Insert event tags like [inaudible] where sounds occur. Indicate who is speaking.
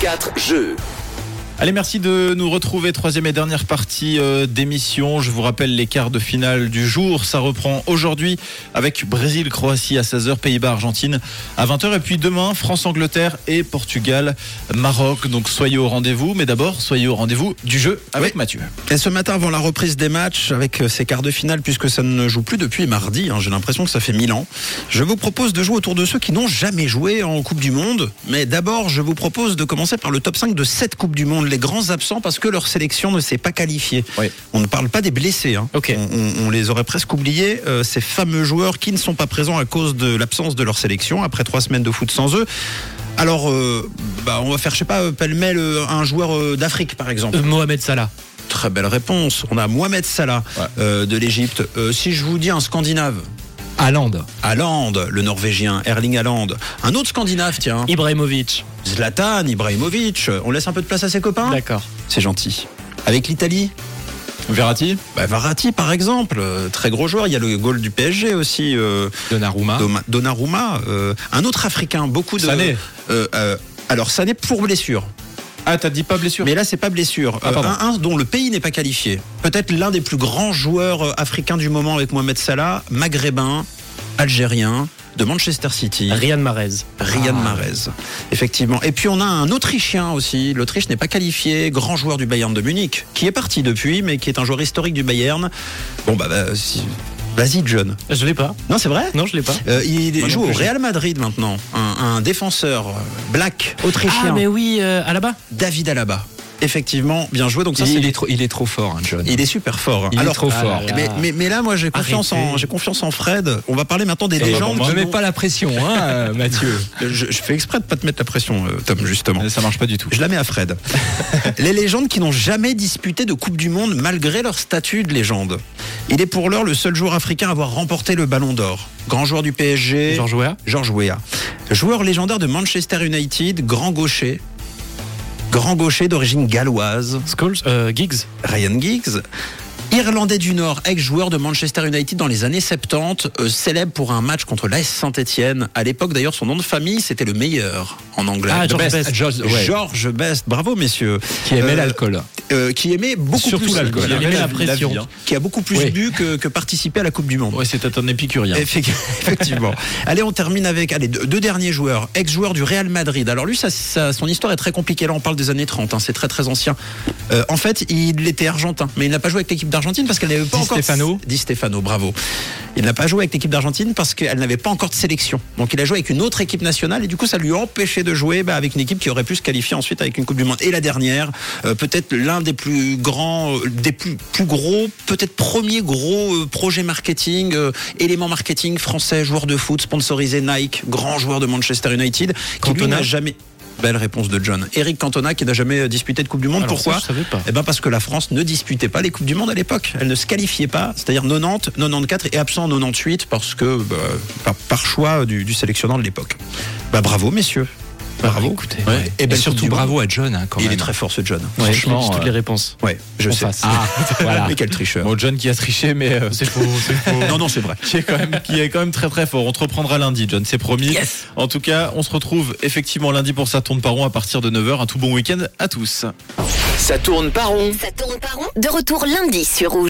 Speaker 1: 4 jeux.
Speaker 2: Allez, merci de nous retrouver. Troisième et dernière partie euh, d'émission. Je vous rappelle les quarts de finale du jour. Ça reprend aujourd'hui avec Brésil-Croatie à 16h, Pays-Bas-Argentine à 20h. Et puis demain, France-Angleterre et Portugal-Maroc. Donc soyez au rendez-vous. Mais d'abord, soyez au rendez-vous du jeu avec Mathieu.
Speaker 3: Et ce matin, avant la reprise des matchs, avec euh, ces quarts de finale, puisque ça ne joue plus depuis mardi, hein, j'ai l'impression que ça fait mille ans, je vous propose de jouer autour de ceux qui n'ont jamais joué en Coupe du Monde. Mais d'abord, je vous propose de commencer par le top 5 de cette Coupe du Monde, les grands absents, parce que leur sélection ne s'est pas qualifiée.
Speaker 2: Oui.
Speaker 3: On ne parle pas des blessés. hein.
Speaker 2: Ok.
Speaker 3: On, on- on les aurait presque oubliés, euh, ces fameux joueurs qui ne sont pas présents à cause de l'absence de leur sélection, après trois semaines de foot sans eux. Alors, euh, bah, on va faire, je sais pas, euh, pêle-mêle euh, un joueur euh, d'Afrique, par exemple.
Speaker 4: Euh, Mohamed Salah.
Speaker 3: Très belle réponse. On a Mohamed Salah
Speaker 2: Ouais.
Speaker 3: euh, de l'Égypte. Euh, si je vous dis un Scandinave,
Speaker 4: Haaland.
Speaker 3: Haaland, le Norvégien, Erling Haaland. Un autre Scandinave, tiens,
Speaker 4: Ibrahimovic.
Speaker 3: Zlatan, Ibrahimovic. On laisse un peu de place à ses copains
Speaker 4: D'accord.
Speaker 3: C'est gentil. Avec l'Italie
Speaker 2: Verratti
Speaker 3: bah, Varati, par exemple. Euh, très gros joueur. Il y a le goal du PSG aussi. euh,
Speaker 4: Donnarumma.
Speaker 3: Doma- Donnarumma. euh, un autre Africain. Beaucoup de...
Speaker 2: Ah. Sané.
Speaker 3: Euh, euh, alors, Sané pour blessure.
Speaker 2: Ah, t'as dit pas blessure
Speaker 3: Mais là, c'est pas blessure.
Speaker 2: Ah,
Speaker 3: Euh,
Speaker 2: pardon.
Speaker 3: un, un dont le pays n'est pas qualifié. Peut-être l'un des plus grands joueurs euh, africains du moment avec Mohamed Salah, maghrébin, algérien, de Manchester City,
Speaker 4: Riyad Mahrez.
Speaker 3: Riyad Mahrez. Effectivement. Et puis on a un Autrichien aussi. L'Autriche n'est pas qualifié, grand joueur du Bayern de Munich, qui est parti depuis, mais qui est un joueur historique du Bayern. Bon bah, bah, si- vas-y John.
Speaker 4: Je l'ai pas.
Speaker 3: Non, c'est vrai.
Speaker 4: Non, je l'ai pas.
Speaker 3: Euh, il
Speaker 2: Moi non
Speaker 3: joue au
Speaker 2: plus, j'ai-
Speaker 3: Real Madrid maintenant, un, un défenseur euh, black autrichien,
Speaker 4: Ah, mais oui, euh, Alaba.
Speaker 3: David Alaba. Effectivement, bien joué. Donc ça, c'est
Speaker 5: il, est trop, il est trop fort, hein, John.
Speaker 3: Il est super fort.
Speaker 5: Il est
Speaker 3: Alors,
Speaker 5: trop
Speaker 4: Ah
Speaker 5: fort.
Speaker 4: là là.
Speaker 3: mais, mais, mais là, moi, j'ai confiance, en,
Speaker 4: Arrêtez.
Speaker 3: j'ai confiance en Fred. On va parler maintenant des
Speaker 2: Ça va pour
Speaker 3: légendes.
Speaker 2: moi.
Speaker 5: Ne
Speaker 3: qui
Speaker 5: mets
Speaker 3: n'ont-
Speaker 5: pas la pression,
Speaker 2: [laughs]
Speaker 5: hein, euh, Mathieu.
Speaker 3: je, je fais exprès de pas te mettre la pression, euh, Tom, justement.
Speaker 2: Ça marche pas du tout.
Speaker 3: Je la mets à Fred. [laughs] Les légendes qui n'ont jamais disputé de Coupe du Monde malgré leur statut de légende. Il est pour l'heure le seul joueur africain à avoir remporté le Ballon d'Or. Grand joueur du PSG,
Speaker 4: Georges Weah.
Speaker 3: George Weah. Joueur légendaire de Manchester United, grand gaucher. Grand gaucher d'origine galloise.
Speaker 4: Scholes. Euh, Giggs.
Speaker 3: Ryan Giggs. Irlandais du Nord, ex-joueur de Manchester United dans les années 70, euh, célèbre pour un match contre l'AS Saint-Etienne. À l'époque, d'ailleurs, son nom de famille, c'était le meilleur en anglais.
Speaker 4: Ah,
Speaker 3: The
Speaker 4: George
Speaker 3: best.
Speaker 4: Best.
Speaker 5: George, ouais,
Speaker 3: George Best, bravo messieurs.
Speaker 5: qui aimait
Speaker 3: Euh,
Speaker 5: l'alcool.
Speaker 3: euh, qui aimait beaucoup
Speaker 2: Surtout
Speaker 3: plus
Speaker 2: l'alcool.
Speaker 3: qui
Speaker 4: Il
Speaker 3: aimait
Speaker 4: aimait
Speaker 3: la-
Speaker 4: la pression.
Speaker 2: vie, hein.
Speaker 3: qui a beaucoup plus
Speaker 5: Oui.
Speaker 3: bu que, que participer à la Coupe du Monde.
Speaker 2: Ouais, c'était un épicurien.
Speaker 3: Effect- [laughs] Effectivement. allez, on termine avec allez, deux, deux derniers joueurs. Ex-joueur du Real Madrid. Alors lui, ça, ça- son histoire est très compliquée. Là, on parle des années 30. hein, c'est très très ancien. Euh, en fait, il était argentin, mais il n'a pas joué avec l'équipe d'Argentine parce qu'elle n'avait pas
Speaker 5: Di
Speaker 3: encore.
Speaker 5: Stefano.
Speaker 3: Di Stefano, bravo. Il n'a pas joué avec l'équipe d'Argentine parce qu'elle n'avait pas encore de sélection. Donc il a joué avec une autre équipe nationale et du coup, ça lui a empêché de jouer bah, avec une équipe qui aurait pu se qualifier ensuite avec une Coupe du Monde. Et la dernière, euh, peut-être l'un des plus grands, euh, des plus, plus gros, peut-être premier gros euh, projet marketing, euh, élément marketing français, joueur de foot, sponsorisé Nike, grand joueur de Manchester United, qui lui,
Speaker 4: Cantona.
Speaker 3: n'a jamais. Belle réponse de John. Eric Cantona qui n'a jamais euh, disputé de Coupe du Monde.
Speaker 4: Alors
Speaker 3: Pourquoi
Speaker 4: ça, je savais pas.
Speaker 3: eh ben parce que la France ne disputait pas les Coupes du Monde à l'époque. Elle ne se qualifiait pas, c'est-à-dire 90, 94 et absent en 98 parce que bah, par, par choix du, du sélectionneur de l'époque. Bah bravo messieurs. Bravo.
Speaker 4: Bah, écoutez,
Speaker 3: Ouais.
Speaker 4: ouais.
Speaker 3: Et,
Speaker 5: Et
Speaker 3: belle Coupe
Speaker 5: surtout
Speaker 3: du Monde.
Speaker 5: bravo à John, hein, quand
Speaker 3: Il
Speaker 5: même.
Speaker 3: est très fort ce John.
Speaker 5: Ouais,
Speaker 4: Franchement,
Speaker 5: franchement,
Speaker 4: toutes
Speaker 5: euh,
Speaker 4: les réponses.
Speaker 3: Ouais, je
Speaker 4: en
Speaker 3: sais.
Speaker 4: face. [laughs]
Speaker 5: Ah, voilà.
Speaker 3: Mais quel tricheur.
Speaker 2: Bon, John qui a triché, mais euh, c'est faux, c'est faux.
Speaker 3: Non non c'est vrai.
Speaker 2: qui est quand même qui est quand même très très fort. On te reprendra lundi, John, c'est promis.
Speaker 3: Yes.
Speaker 2: En tout cas, on se retrouve effectivement lundi pour ça tourne par rond à partir de 9h. Un tout bon week-end à tous.
Speaker 1: Ça tourne pas rond.
Speaker 6: Ça tourne pas rond De retour lundi sur Rouge.